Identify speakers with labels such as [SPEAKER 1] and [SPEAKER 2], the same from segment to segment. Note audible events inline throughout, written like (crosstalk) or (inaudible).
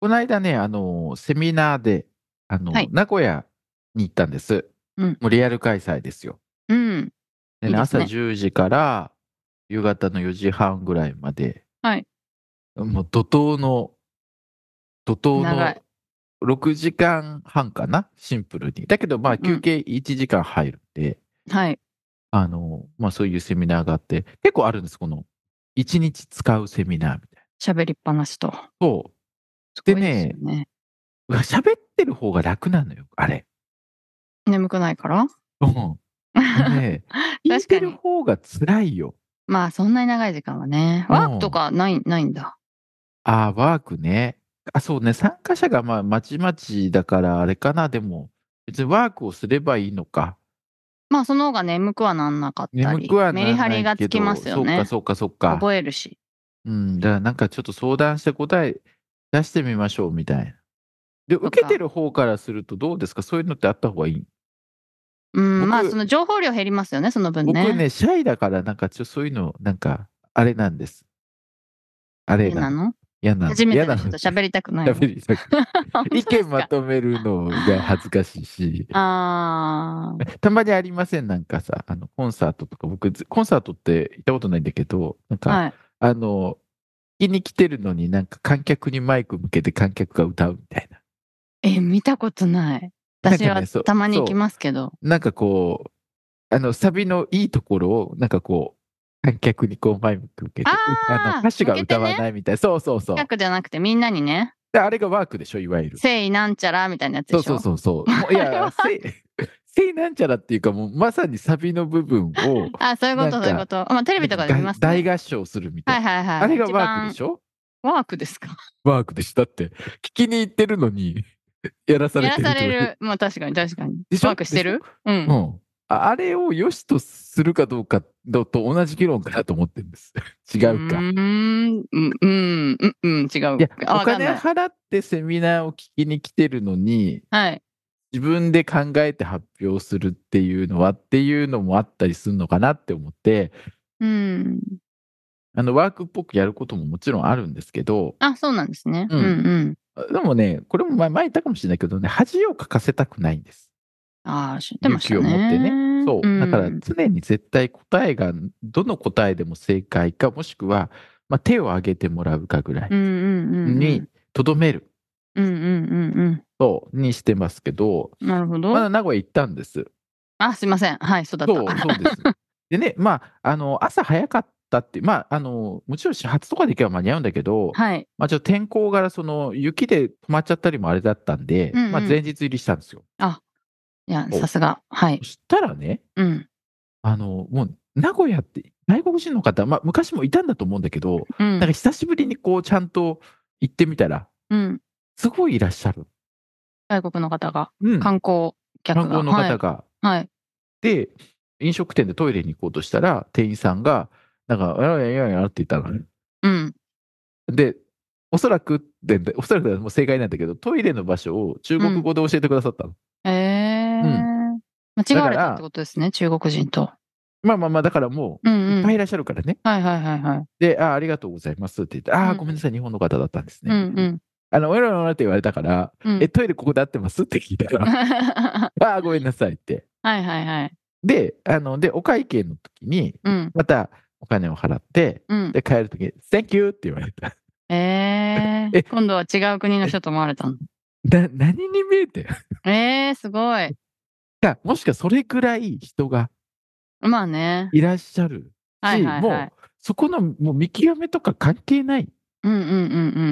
[SPEAKER 1] この間ね、あの、セミナーで、あの、
[SPEAKER 2] はい
[SPEAKER 1] 名古屋に行ったんです。
[SPEAKER 2] うん
[SPEAKER 1] もうリアル開催ですよ。
[SPEAKER 2] うん
[SPEAKER 1] で
[SPEAKER 2] いいです
[SPEAKER 1] 朝
[SPEAKER 2] ね
[SPEAKER 1] 10時から夕方の4時半ぐらいまで、
[SPEAKER 2] はい
[SPEAKER 1] もう怒涛の、怒
[SPEAKER 2] 長
[SPEAKER 1] 涛
[SPEAKER 2] い
[SPEAKER 1] の6時間半かな、シンプルに。だけど、まあ、休憩1時間入るんで、
[SPEAKER 2] はい
[SPEAKER 1] あの、まあ、そういうセミナーがあって、結構あるんです、この、1日使うセミナーみたいな。
[SPEAKER 2] 喋りっぱなしと
[SPEAKER 1] そう。
[SPEAKER 2] す
[SPEAKER 1] で
[SPEAKER 2] ごい
[SPEAKER 1] ね
[SPEAKER 2] すよね
[SPEAKER 1] うわ喋ってる方が楽なのよ、あれ。
[SPEAKER 2] 眠くないから (laughs)
[SPEAKER 1] うん。ね聞いてる方が辛いよ。
[SPEAKER 2] まあそんなに長い時間はね。
[SPEAKER 1] うん
[SPEAKER 2] ワークとかない、ないんだ。
[SPEAKER 1] ああ、ワークね。あ、そうね。参加者がまあ、まちまちだから、あれかな。でも、別にワークをすればいいのか。
[SPEAKER 2] まあその方が眠くはなんなかったり。
[SPEAKER 1] 眠くはならないけど。
[SPEAKER 2] メリハリがつきますよね。
[SPEAKER 1] そうか、そうか、そうか。
[SPEAKER 2] 覚えるし。
[SPEAKER 1] うん。だから、なんかちょっと相談して答え出してみましょう、みたいな。で、
[SPEAKER 2] か
[SPEAKER 1] 受けてる方からするとどうですかそういうのってあった方がいい
[SPEAKER 2] うん、
[SPEAKER 1] 僕
[SPEAKER 2] まあその情報量減りますよね、その分
[SPEAKER 1] 僕
[SPEAKER 2] ね。
[SPEAKER 1] ね、シャイだから、なんかちょ、そういうの、なんか、あれなんです。あれ
[SPEAKER 2] 嫌なの
[SPEAKER 1] 嫌なの
[SPEAKER 2] 初めて
[SPEAKER 1] 嫌
[SPEAKER 2] の
[SPEAKER 1] な
[SPEAKER 2] 人
[SPEAKER 1] の
[SPEAKER 2] と喋りたくないの。
[SPEAKER 1] 喋
[SPEAKER 2] (laughs)
[SPEAKER 1] りたく意見まとめるのが恥ずかしいし、
[SPEAKER 2] あー
[SPEAKER 1] たまにありません、なんかさ、あのコンサートとか、僕、ずコンサートって行ったことないんだけど、なんか、
[SPEAKER 2] はい。
[SPEAKER 1] あの、聞きに来てるのに、なんか観客にマイク向けて観客が歌うみたいな。
[SPEAKER 2] え、見たことない。私
[SPEAKER 1] なんか
[SPEAKER 2] は
[SPEAKER 1] ねそう
[SPEAKER 2] たまに行きますけど。
[SPEAKER 1] なんかこう、あの、サビのいいところを、なんかこう、観客にこうマイク向けて、
[SPEAKER 2] あー
[SPEAKER 1] (laughs) あの歌手が歌わ
[SPEAKER 2] 向け
[SPEAKER 1] ないみたいな、そうそうそう。
[SPEAKER 2] 近くじゃなくてみんなにね、
[SPEAKER 1] であれがワークでしょ、いわゆる。
[SPEAKER 2] 誠意なんちゃらみたいなやつでし
[SPEAKER 1] そ
[SPEAKER 2] ょ。
[SPEAKER 1] うそうそうそ
[SPEAKER 2] (laughs)
[SPEAKER 1] う。もういや、せい、せいなんちゃらっていうか、もうまさにサビの部分を、
[SPEAKER 2] あ、そういうこ
[SPEAKER 1] なん
[SPEAKER 2] と、
[SPEAKER 1] か
[SPEAKER 2] そういうこと。まあテレビとかで見ます、ね。
[SPEAKER 1] 大合唱するみたい
[SPEAKER 2] は
[SPEAKER 1] な。
[SPEAKER 2] いはいはい。
[SPEAKER 1] あれがワークで
[SPEAKER 2] し
[SPEAKER 1] しょ
[SPEAKER 2] ょワークですか。
[SPEAKER 1] ワークでしたって。聞きに行ってるのに、 (laughs) やらされ
[SPEAKER 2] や
[SPEAKER 1] て
[SPEAKER 2] ら
[SPEAKER 1] る。
[SPEAKER 2] され。る。まあ確かに確かに。
[SPEAKER 1] でしょ
[SPEAKER 2] ワークしてるう。
[SPEAKER 1] うんん。ああれを良しとするかどうかとと同じ議論かなと思ってるんです。 (laughs) 違
[SPEAKER 2] う
[SPEAKER 1] うか。
[SPEAKER 2] ーん、うん、うん、うんうん、違う。
[SPEAKER 1] いや、
[SPEAKER 2] あ
[SPEAKER 1] お金
[SPEAKER 2] わかん
[SPEAKER 1] 払ってセミナーを聞きに来てるのに、
[SPEAKER 2] ないはい。
[SPEAKER 1] 自分で考えて発表するっていうのはっていうのもあったりするのかなって思って、
[SPEAKER 2] うん。
[SPEAKER 1] あの、ワークっぽくやることももちろんあるんですけど、
[SPEAKER 2] あ、そうなんですね。う、
[SPEAKER 1] うんん
[SPEAKER 2] うん。
[SPEAKER 1] でもね、これも前前言ったかもしれないけどね、恥をかかせたくないんです。
[SPEAKER 2] ああ、知ってま
[SPEAKER 1] 勇
[SPEAKER 2] した
[SPEAKER 1] 気を
[SPEAKER 2] ね。
[SPEAKER 1] 持ってね。そう。だから
[SPEAKER 2] ん
[SPEAKER 1] 常に絶対答えが、どの答えでも正解か、もしくは、まあ、手を挙げてもらうかぐらい
[SPEAKER 2] うん、うん、うん。
[SPEAKER 1] に、とどめる、
[SPEAKER 2] うん、うん、うん、
[SPEAKER 1] そう、にしてますけど、
[SPEAKER 2] うん。なるほど
[SPEAKER 1] ま。だ名古屋行ったんです。
[SPEAKER 2] あ、すいません。はい、そうだった。
[SPEAKER 1] そう、そうです。でね、まあ、あの、朝早かったって、まあ、あの、もちろん始発とかで行けば間に合うんだけど、
[SPEAKER 2] はい。
[SPEAKER 1] まあ、ちょっと天候柄、その、雪で止まっちゃったりもあれだったんで、
[SPEAKER 2] うんうん
[SPEAKER 1] まあ、前日入りしたんですよ。
[SPEAKER 2] いや、
[SPEAKER 1] そう
[SPEAKER 2] さすが。はい
[SPEAKER 1] そ。したらね、
[SPEAKER 2] うん。
[SPEAKER 1] あの、もう、名古屋って、外国人の方、まあ、昔もいたんだと思うんだけど、
[SPEAKER 2] う
[SPEAKER 1] なん
[SPEAKER 2] ん
[SPEAKER 1] か。久しぶりにこうちゃんと行ってみたら、
[SPEAKER 2] うん。
[SPEAKER 1] すごいいらっしゃる。
[SPEAKER 2] 外国の方が、
[SPEAKER 1] うん、観
[SPEAKER 2] 観光客が。
[SPEAKER 1] 光の方が。
[SPEAKER 2] はい。はい。
[SPEAKER 1] で、飲食店でトイレに行こうとしたら、店員さんが、なんか、やいやいやいやって言ったのね。
[SPEAKER 2] うん。
[SPEAKER 1] で、おそらくって、 (laughs) おそらくだもう正解なんだけど、トイレの場所を中国語で教えてくださったの。
[SPEAKER 2] ええ
[SPEAKER 1] う
[SPEAKER 2] ー。間違わ
[SPEAKER 1] だか
[SPEAKER 2] れた
[SPEAKER 1] ら
[SPEAKER 2] ってことですね、中国人と。
[SPEAKER 1] まあまあまあ、だからも
[SPEAKER 2] うん、
[SPEAKER 1] う、いっ
[SPEAKER 2] うん
[SPEAKER 1] ぱい。いらっしゃるからね。
[SPEAKER 2] はいはいはいはい。
[SPEAKER 1] で、ああ、ありがとうございますって言って、ああ、
[SPEAKER 2] うん
[SPEAKER 1] ごめんなさい、日本の方だったんです
[SPEAKER 2] う
[SPEAKER 1] ね。
[SPEAKER 2] んうん
[SPEAKER 1] あの、おやろおやろって言われたから、
[SPEAKER 2] うん。
[SPEAKER 1] え、トイレここで合ってますって聞いたら、
[SPEAKER 2] (laughs) は
[SPEAKER 1] (laughs) ああ、ごめんなさいって。
[SPEAKER 2] いはいはい。
[SPEAKER 1] で、あの、で、お会計の時に、
[SPEAKER 2] うん。
[SPEAKER 1] またお金を払って、
[SPEAKER 2] うん。
[SPEAKER 1] で、帰るときに、Thank you! って言われた。 (laughs)
[SPEAKER 2] えー、
[SPEAKER 1] え
[SPEAKER 2] 今度は違う国の人と思われたの。
[SPEAKER 1] な、何に見え (laughs) て
[SPEAKER 2] えー、すごい。
[SPEAKER 1] か、もしかそれくらい人が
[SPEAKER 2] まあね。
[SPEAKER 1] いらっしゃるし、
[SPEAKER 2] はいはい
[SPEAKER 1] も
[SPEAKER 2] は
[SPEAKER 1] う
[SPEAKER 2] い。、
[SPEAKER 1] そこの、もう見極めとか関係ない
[SPEAKER 2] うんうんう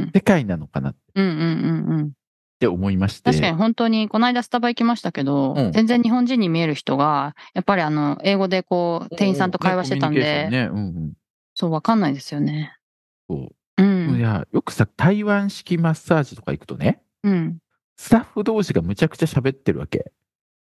[SPEAKER 2] ん
[SPEAKER 1] 世界なのかなっ
[SPEAKER 2] うん。うんうんうんうん。
[SPEAKER 1] て思いまして。
[SPEAKER 2] 確かに本当に、この間スタバ行きましたけど、
[SPEAKER 1] うん
[SPEAKER 2] 全然日本人に見える人が、やっぱりあの、英語でこう、店員さんと会話してたん
[SPEAKER 1] ね
[SPEAKER 2] で、
[SPEAKER 1] コミュニケーションね、うんうん。
[SPEAKER 2] そう、わかんないですよね。
[SPEAKER 1] そうう。
[SPEAKER 2] ん。
[SPEAKER 1] いや、よくさ、台湾式マッサージとか行くとね、
[SPEAKER 2] うん。
[SPEAKER 1] スタッフ同士がむちゃくちゃ喋ってるわけ。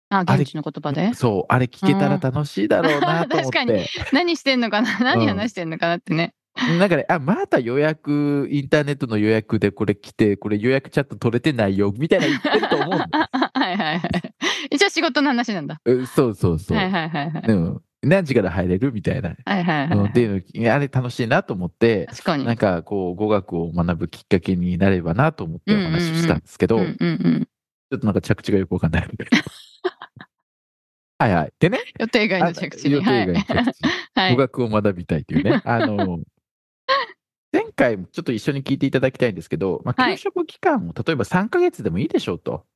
[SPEAKER 2] あ、
[SPEAKER 1] あれ
[SPEAKER 2] 現地の言葉で。
[SPEAKER 1] そう、あれ聞けたら楽しいだろうなと思っ
[SPEAKER 2] 確かに
[SPEAKER 1] て。
[SPEAKER 2] 何してん (laughs) のかな何話してんのかなってね。
[SPEAKER 1] なんかね、あ、また予約、インターネットの予約でこれ来て、これ予約チャット取れてないよ、みたいな言ってると思うの
[SPEAKER 2] (laughs) はいはいはい。一応仕事の話なんだ。
[SPEAKER 1] うん。そうそうそう。
[SPEAKER 2] はいはいはいはい。
[SPEAKER 1] うん。何時から入れるみたいな。
[SPEAKER 2] はいはい
[SPEAKER 1] うん
[SPEAKER 2] は
[SPEAKER 1] って
[SPEAKER 2] い。
[SPEAKER 1] いうの、あれ楽しいなと思って、
[SPEAKER 2] 確かに。
[SPEAKER 1] なんかこう、語学を学ぶきっかけになればなと思ってお話をしたんですけど、
[SPEAKER 2] うんう
[SPEAKER 1] ち
[SPEAKER 2] んうん。
[SPEAKER 1] ょっとなんか着地がよくわかんない。
[SPEAKER 2] (laughs)
[SPEAKER 1] はいはい。でね、
[SPEAKER 2] 予定外の着地に。
[SPEAKER 1] あ予定外
[SPEAKER 2] は
[SPEAKER 1] の
[SPEAKER 2] い
[SPEAKER 1] 着地
[SPEAKER 2] は
[SPEAKER 1] 語
[SPEAKER 2] い。
[SPEAKER 1] 学を学びたいという
[SPEAKER 2] (laughs)
[SPEAKER 1] ね。あの、前回もちょっと一緒に聞いていただきたいんですけど、まあ、
[SPEAKER 2] はい
[SPEAKER 1] 休職期間を例えば3ヶ月でもいいでしょうと。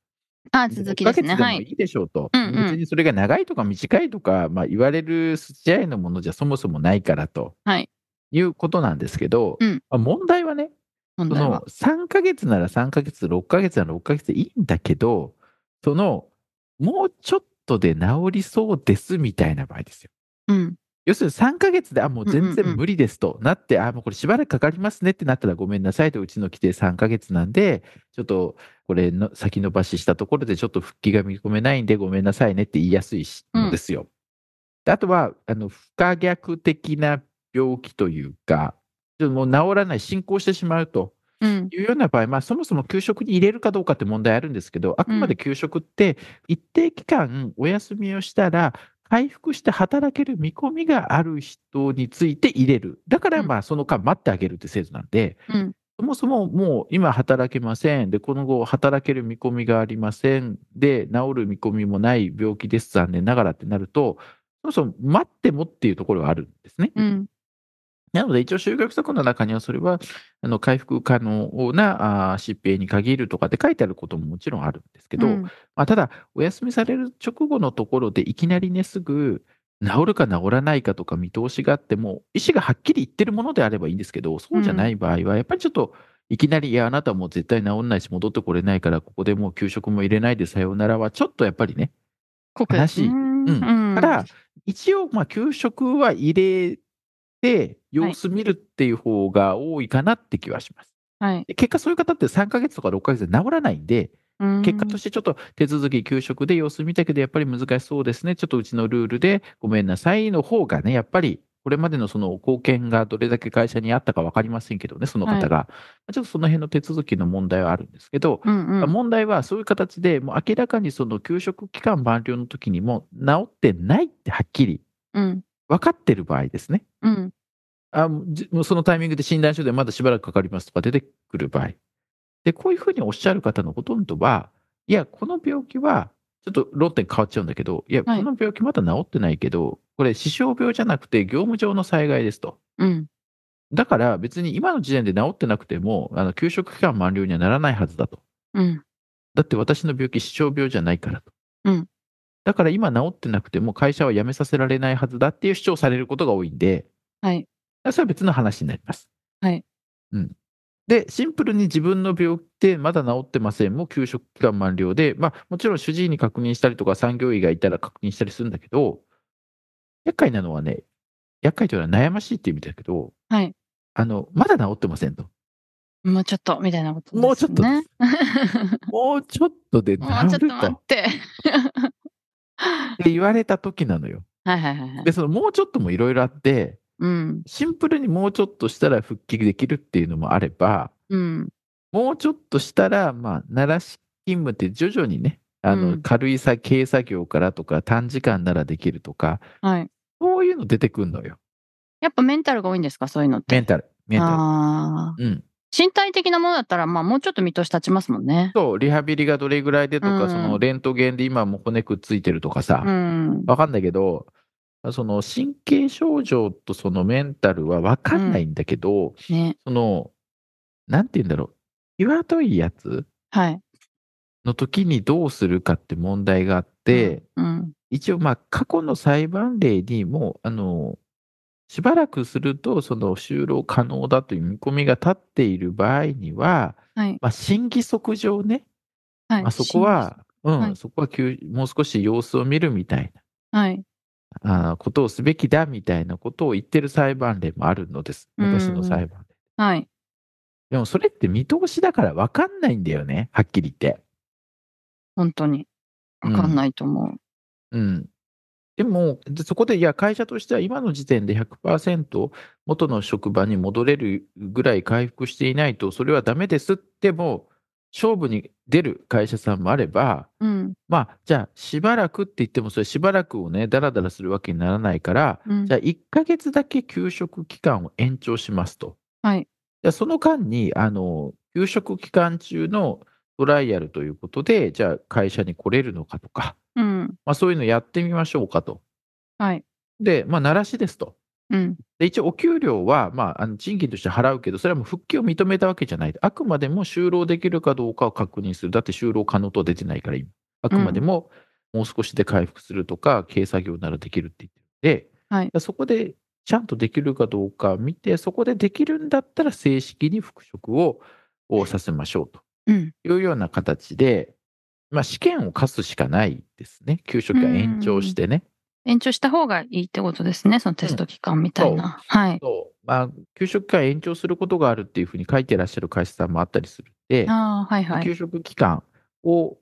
[SPEAKER 2] あ、続きですね。
[SPEAKER 1] 6ヶ
[SPEAKER 2] は
[SPEAKER 1] 月で
[SPEAKER 2] い。
[SPEAKER 1] もいいでしょうと。
[SPEAKER 2] うんうん
[SPEAKER 1] 別にそれが長いとか短いとか、まあ、言われる筋合いのものじゃそもそもないからと。
[SPEAKER 2] はい。
[SPEAKER 1] うことなんですけど、
[SPEAKER 2] うん
[SPEAKER 1] まあ問題はね、
[SPEAKER 2] 問
[SPEAKER 1] そ
[SPEAKER 2] 題
[SPEAKER 1] の
[SPEAKER 2] は。
[SPEAKER 1] 3ヶ月なら3ヶ月、6ヶ月なら6ヶ月でいいんだけど、その、もうちょっとで治りそうですみたいな場合ですよ。
[SPEAKER 2] うん。
[SPEAKER 1] 要するに3ヶ月で、あ、もう全
[SPEAKER 2] うんうんう
[SPEAKER 1] 然
[SPEAKER 2] ん
[SPEAKER 1] 無理ですとなって、あ、もうこれしばらくかかりますねってなったらごめんなさいと、うちの規定3ヶ月なんで、ちょっとこれの先延ばししたところでちょっと復帰が見込めないんでごめんなさいねって言いやすいし
[SPEAKER 2] うん
[SPEAKER 1] のですよ。であとは、あの、不可逆的な病気というか、ちょっともう治らない、進行してしまうと
[SPEAKER 2] うん。
[SPEAKER 1] いうような場合、まあそもそも給食に入れるかどうかって問題あるんですけど、あくまで給食って一定期間お休みをしたら、回復して働ける見込みがある人について入れる。だから
[SPEAKER 2] うん
[SPEAKER 1] まあその間待ってあげるって制度なんで、
[SPEAKER 2] うん。
[SPEAKER 1] そもそももう今働けません。で、この後働ける見込みがありません。で、治る見込みもない病気です。残念ながらってなると、そもそも待ってもっていうところはあるんですね。
[SPEAKER 2] うん。
[SPEAKER 1] なので一応就学則の中にはそれはあの回復可能なあー疾病に限るとかって書いてあることももちろんあるんですけど、
[SPEAKER 2] うん
[SPEAKER 1] まあ、ただお休みされる直後のところでいきなりねすぐ治るか治らないかとか見通しがあっても医師がはっきり言ってるものであればいいんですけどそうじゃない場合はやっぱりちょっといきなり「いやあなたもう絶対治んないし戻ってこれないからここでもう給食も入れないでさようなら」はちょっとやっぱりね
[SPEAKER 2] 酷
[SPEAKER 1] 話
[SPEAKER 2] うん
[SPEAKER 1] うん
[SPEAKER 2] うん
[SPEAKER 1] ただ、一応、まあ、給食は入れて、様子見るっていう方が多いかなって気はします。
[SPEAKER 2] はい。
[SPEAKER 1] で結果、そういう方って3ヶ月とか6ヶ月で治らないんで、結果と
[SPEAKER 2] し
[SPEAKER 1] してちょっと手続き、給食で様子見たけど、やっぱり難しそうですね。ちょっとうちのルールでごめんなさいの方がね、やっぱり、これまでのその貢献がどれだけ会社にあったか分かりませんけどね、その方が。ちょっとその辺の手続きの問題はあるんですけど、
[SPEAKER 2] て、うんうん
[SPEAKER 1] 問題はそういう形で、もう明らかにその給食期間満了の時にも治ってないってはっきり
[SPEAKER 2] うん
[SPEAKER 1] 分かってる場合ですね。
[SPEAKER 2] うん
[SPEAKER 1] あもうじもうそのタイミングで診断書でまだしばらくかかりますとか出てくる場合。で、こういうふうにおっしゃる方のほとんどは、いや、この病気は、ちょっと論点変わっちゃうんだけど、いや、こ
[SPEAKER 2] はい
[SPEAKER 1] の病気まだ治ってないけど、これ、死傷病じゃなくて業務上の災害ですと。
[SPEAKER 2] うん
[SPEAKER 1] だから別に今の時点で治ってなくても、あの給食期間満了にはならないはずだと。
[SPEAKER 2] うん
[SPEAKER 1] だって私の病気、死傷病じゃないからと。
[SPEAKER 2] うん
[SPEAKER 1] だから今治ってなくても会社は辞めさせられないはずだっていう主張されることが多いんで、
[SPEAKER 2] はい
[SPEAKER 1] それは別の話になります。
[SPEAKER 2] はい
[SPEAKER 1] うん、で、シンプルに自分の病気ってまだ治ってませんもう休職期間満了で、まあ、もちろん主治医に確認したりとか産業医がいたら確認したりするんだけど、厄介なのはね、厄介というのは悩ましいっていう意味だけど、
[SPEAKER 2] はい
[SPEAKER 1] あのまだ治ってませ
[SPEAKER 2] (laughs)
[SPEAKER 1] んと。
[SPEAKER 2] もうちょっとみたいなことですね。
[SPEAKER 1] もうちょっとですもうちょっとで治
[SPEAKER 2] もうちょっと
[SPEAKER 1] る
[SPEAKER 2] 待
[SPEAKER 1] と
[SPEAKER 2] って。
[SPEAKER 1] って言われた時なのよ。
[SPEAKER 2] はいはいはいはい
[SPEAKER 1] で、。そのもうちょっともいろいろあって、
[SPEAKER 2] うん
[SPEAKER 1] シンプルにもうちょっとしたら復帰できるっていうのもあれば、
[SPEAKER 2] うん
[SPEAKER 1] もうちょっとしたら、まあ、奈良市勤務って徐々にね、あ
[SPEAKER 2] う
[SPEAKER 1] の
[SPEAKER 2] ん
[SPEAKER 1] 軽いさ軽作業からとか、短時間ならできるとか、
[SPEAKER 2] はい。
[SPEAKER 1] そういうの出てくるのよ。
[SPEAKER 2] やっぱメンタルが多いんですかそういうのって。
[SPEAKER 1] メンタル、メンタ
[SPEAKER 2] ああ。
[SPEAKER 1] ル。うん。
[SPEAKER 2] 身体的なものだったら、まあもうちょっと見通し立ちますもんね。
[SPEAKER 1] そう、リハビリがどれぐらいでとか、
[SPEAKER 2] うん
[SPEAKER 1] そのレントゲンで今もう骨くっついてるとかさ、
[SPEAKER 2] うん。
[SPEAKER 1] わかんないけど、その神経症状とそのメンタルはわかんないんだけど、
[SPEAKER 2] ね。
[SPEAKER 1] その、なんて言うんだろう、際どいやつ
[SPEAKER 2] はい。
[SPEAKER 1] の時にどうするかって問題があって、
[SPEAKER 2] うん。
[SPEAKER 1] 一応、まあ、過去の裁判例にもう、あの、しばらくすると、その就労可能だという見込みが立っている場合には、
[SPEAKER 2] はい。
[SPEAKER 1] まあ、審議則上ね、
[SPEAKER 2] はい。
[SPEAKER 1] まあ、そこは、うん、
[SPEAKER 2] はい
[SPEAKER 1] そこは急もう少し様子を見るみたい
[SPEAKER 2] はい。
[SPEAKER 1] なあーことをすべきだみたいなことを言ってる裁判例もあるのです、
[SPEAKER 2] うん
[SPEAKER 1] 私の裁判例。
[SPEAKER 2] はい。
[SPEAKER 1] でもそれって見通しだから分かんないんだよね、はっきり言って。
[SPEAKER 3] 本当に。わかんないと思う。
[SPEAKER 1] うん。でも、でそこで、いや、会社としては今の時点で100%元の職場に戻れるぐらい回復していないと、それはダメですっても、勝負に出る会社さんもあれば、
[SPEAKER 3] うん。
[SPEAKER 1] まあ、じゃあ、しばらくって言っても、それしばらくをね、だらだらするわけにならないから、
[SPEAKER 3] うん
[SPEAKER 1] じゃあ、1ヶ月だけ休職期間を延長しますと。
[SPEAKER 3] はい。
[SPEAKER 1] じゃあその間に、あの、休職期間中のトライアルということで、じゃあ、会社に来れるのかとか、
[SPEAKER 3] うん。
[SPEAKER 1] まあ、そういうのやってみましょうかと。
[SPEAKER 3] はい。
[SPEAKER 1] で、まあ、ならしですと。
[SPEAKER 3] うん。
[SPEAKER 1] で一応、お給料は、まあ、あの賃金として払うけど、それはもう復帰を認めたわけじゃない。あくまでも就労できるかどうかを確認する。だって就労可能とは出てないから、今。あくまでも、もう少しで回復するとか、軽作業ならできるって言ってるんで、
[SPEAKER 3] はい
[SPEAKER 1] そこでちゃんとできるかどうか見て、そこでできるんだったら正式に復職ををさせましょうと
[SPEAKER 3] うん。
[SPEAKER 1] いうような形で、まあ、試験を課すしかないですね。給食が延長してね。
[SPEAKER 3] 延長した方がいいってことですね。そのテスト期間みたいな。はい。
[SPEAKER 1] そうまあ、給食期間延長することがあるっていうふうに書いてらっしゃる会社さんもあったりするんで、
[SPEAKER 3] ああ、はいはい。
[SPEAKER 1] 給食期間を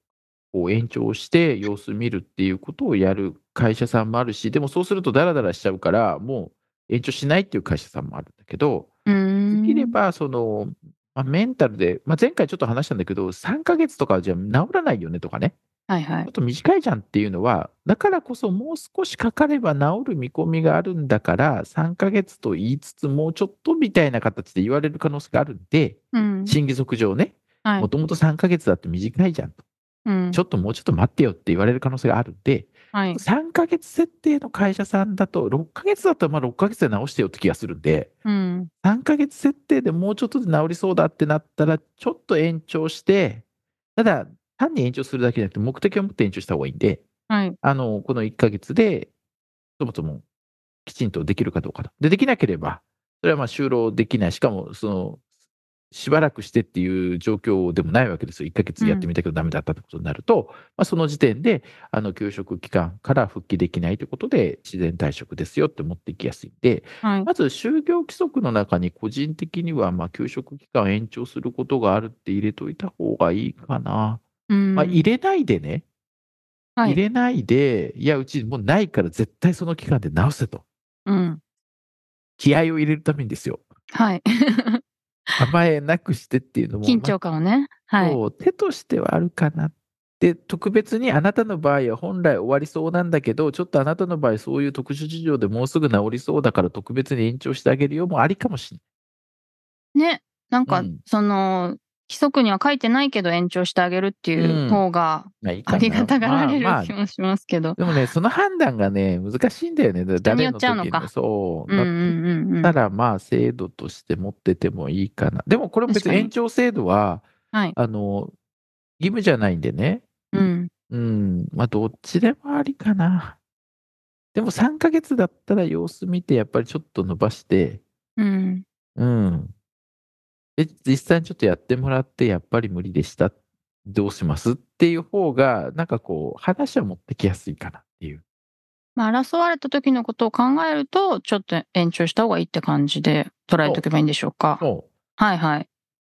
[SPEAKER 1] こう延長して様子見るっていうことをやる会社さんもあるし、でもそうするとダラダラしちゃうから、もう延長しないっていう会社さんもあるんだけど、
[SPEAKER 3] う
[SPEAKER 1] できれ
[SPEAKER 3] ん。
[SPEAKER 1] ばその、まあ、メンタルで、まあ、前回ちょっと話したんだけど、3ヶ月とかじゃ治らないよねとかね、
[SPEAKER 3] はいは
[SPEAKER 1] ち
[SPEAKER 3] い
[SPEAKER 1] ょっ。と短いじゃんっていうのは、だからこそもう少しかかれば治る見込みがあるんだから、3ヶ月と言いつつ、もうちょっとみたいな形で言われる可能性があるんで、
[SPEAKER 3] うん。
[SPEAKER 1] 心義則上ね、
[SPEAKER 3] はい
[SPEAKER 1] も。ともと3ヶ月だって短いじゃんと、
[SPEAKER 3] うん
[SPEAKER 1] ちょっともうちょっと待ってよって言われる可能性があるんで、
[SPEAKER 3] はい。
[SPEAKER 1] 3ヶ月設定の会社さんだと、6ヶ月だったらまあ6ヶ月で治してよって気がするんで、
[SPEAKER 3] うん。
[SPEAKER 1] 3ヶ月設定でもうちょっとで治りそうだってなったら、ちょっと延長して、ただ、単に延長するだけじゃなくて、目的を持って延長した方がいいんで、
[SPEAKER 3] はい。
[SPEAKER 1] あの、この1ヶ月で、そもそもきちんとできるかどうかと。で、できなければ、それはまあ就労できない。しかも、その、しばらくしてっていう状況でもないわけですよ。1ヶ月やってみたけどダメだったってことになると、まあその時点で、あの、休職期間から復帰できないということで、自然退職ですよって持っていきやすいんで、
[SPEAKER 3] はい。
[SPEAKER 1] まず就業規則の中に個人的には、まあ休職期間延長することがあるって入れといた方がいいかな。
[SPEAKER 3] うん。
[SPEAKER 1] まあ入れないでね、
[SPEAKER 3] はい
[SPEAKER 1] 入れないで、いや、うちもうないから絶対その期間で直せと。
[SPEAKER 3] うん。
[SPEAKER 1] 気合を入れるためにですよ。
[SPEAKER 3] はい。
[SPEAKER 1] 甘えなくしてっていうのも。
[SPEAKER 3] 緊張感をね。
[SPEAKER 1] まあ
[SPEAKER 3] はい。
[SPEAKER 1] そう手としてはあるかな。で、特別にあなたの場合は本来終わりそうなんだけど、ちょっとあなたの場合そういう特殊事情でもうすぐ治りそうだから特別に延長してあげるよもありかもしれ
[SPEAKER 3] ね。なんか
[SPEAKER 1] うん、
[SPEAKER 3] その、規則には書いてないけど延長してあげるっていう方が
[SPEAKER 1] ないいいかな。
[SPEAKER 3] ありがたがられる
[SPEAKER 1] まあまあ
[SPEAKER 3] 気もしますけど。
[SPEAKER 1] でもね、その判断がね、難しいんだよね。だ
[SPEAKER 3] 人に
[SPEAKER 1] 誰
[SPEAKER 3] よっ
[SPEAKER 1] の
[SPEAKER 3] ち
[SPEAKER 1] 時
[SPEAKER 3] ゃうの
[SPEAKER 1] に
[SPEAKER 3] か
[SPEAKER 1] そう。
[SPEAKER 3] うんうんうんうん。
[SPEAKER 1] だからまあ制度として持っててもいいかな。でもこれも別
[SPEAKER 3] 確か
[SPEAKER 1] に
[SPEAKER 3] に
[SPEAKER 1] 延長制度は、
[SPEAKER 3] はい
[SPEAKER 1] あの、義務じゃないんでね。
[SPEAKER 3] うん。
[SPEAKER 1] うん、まあどっちでもありかな。でも3ヶ月だったら様子見て、やっぱりちょっと伸ばして、
[SPEAKER 3] うん。
[SPEAKER 1] うん。で、実際にちょっとやってもらって、やっぱり無理でした。どうしますっていう方が、なんかこう、話は持ってきやすいかなっていう。
[SPEAKER 3] まあ、争われた時のことを考えると、ちょっと延長した方がいいって感じで捉えておけばいいんでしょうか。
[SPEAKER 1] そう
[SPEAKER 3] はいはい。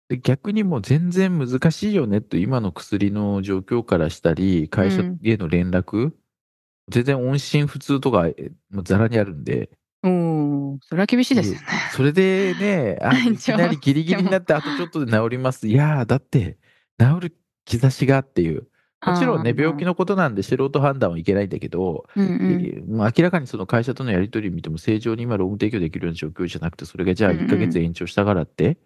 [SPEAKER 1] で逆にもう全然難しいよねと今の薬の状況からしたり会社への連絡、全然音信不通とかえもうざらにあるんで
[SPEAKER 3] うん。それは厳しいですよね。
[SPEAKER 1] それでね
[SPEAKER 3] (laughs)
[SPEAKER 1] あ
[SPEAKER 3] ちょ
[SPEAKER 1] いきなりギリギリになってあとちょっとで治りますいやーだって治る兆しがっていうもちろんね病気
[SPEAKER 3] の。
[SPEAKER 1] のことなんで素人判断はいけないんだけど、
[SPEAKER 3] うんうん。
[SPEAKER 1] えーまあ、明らかにその会社とのやり取り見ても正常に今ローン提供できるような状況じゃなくてそれがじゃあ
[SPEAKER 3] うんうん
[SPEAKER 1] 1ヶ月延長したからって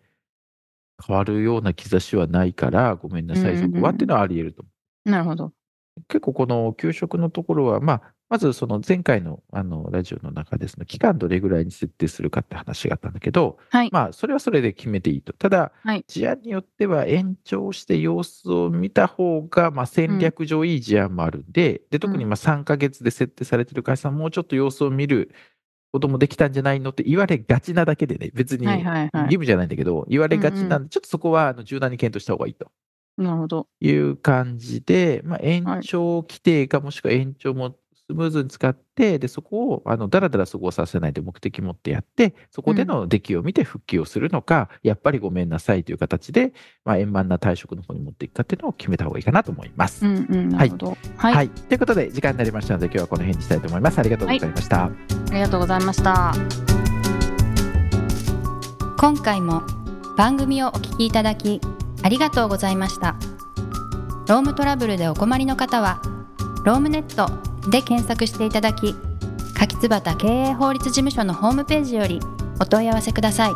[SPEAKER 1] 変わるような兆しはないからごめんなさい
[SPEAKER 3] うん
[SPEAKER 1] そ
[SPEAKER 3] うんうん
[SPEAKER 1] こはっていうのはあり得ると思
[SPEAKER 3] なるほど。
[SPEAKER 1] う結構この給食のところは、まあ、まずその前回のあのラジオの中でその期間どれぐらいに設定するかって話があったんだけど、
[SPEAKER 3] はい
[SPEAKER 1] まあそれはそれで決めていいとただ、
[SPEAKER 3] はい
[SPEAKER 1] 事案によっては延長して様子を見た方がまあ戦略上いい事案もあるんで,、で特にまあ3ヶ月で設定されてる会社さんもうちょっと様子を見ることもできたんじゃないのって言われがちなだけでね別に
[SPEAKER 3] はいはいはい。
[SPEAKER 1] 義務じゃないんだけど、言われがちなんで、
[SPEAKER 3] う
[SPEAKER 1] ちょっとそこはあの柔軟に検討した方がいいと。
[SPEAKER 3] なるほど。
[SPEAKER 1] いう感じで、まあ、延長規定かもしくは延長もすスムーズに使って、で、そこを、あの、だらだら過ごさせないで目的持ってやって、そこでの出来を見て復帰をするのか、やっぱりごめんなさいという形で、まあ、円満な退職の方に持っていくかっていうのを決めた方がいいかなと思います。
[SPEAKER 2] うんうん、なるほど。はい、
[SPEAKER 1] はい。ということで、時間になりましたので、今日はこの辺にしたいと思います。ありがとうございました。
[SPEAKER 2] ありがとうございました。
[SPEAKER 4] 今回も番組をお聞きいただきありがとうございましたロームトラブルでお困りの方は「ロームネット」で検索していただき柿椿経営法律事務所のホームページよりお問い合わせください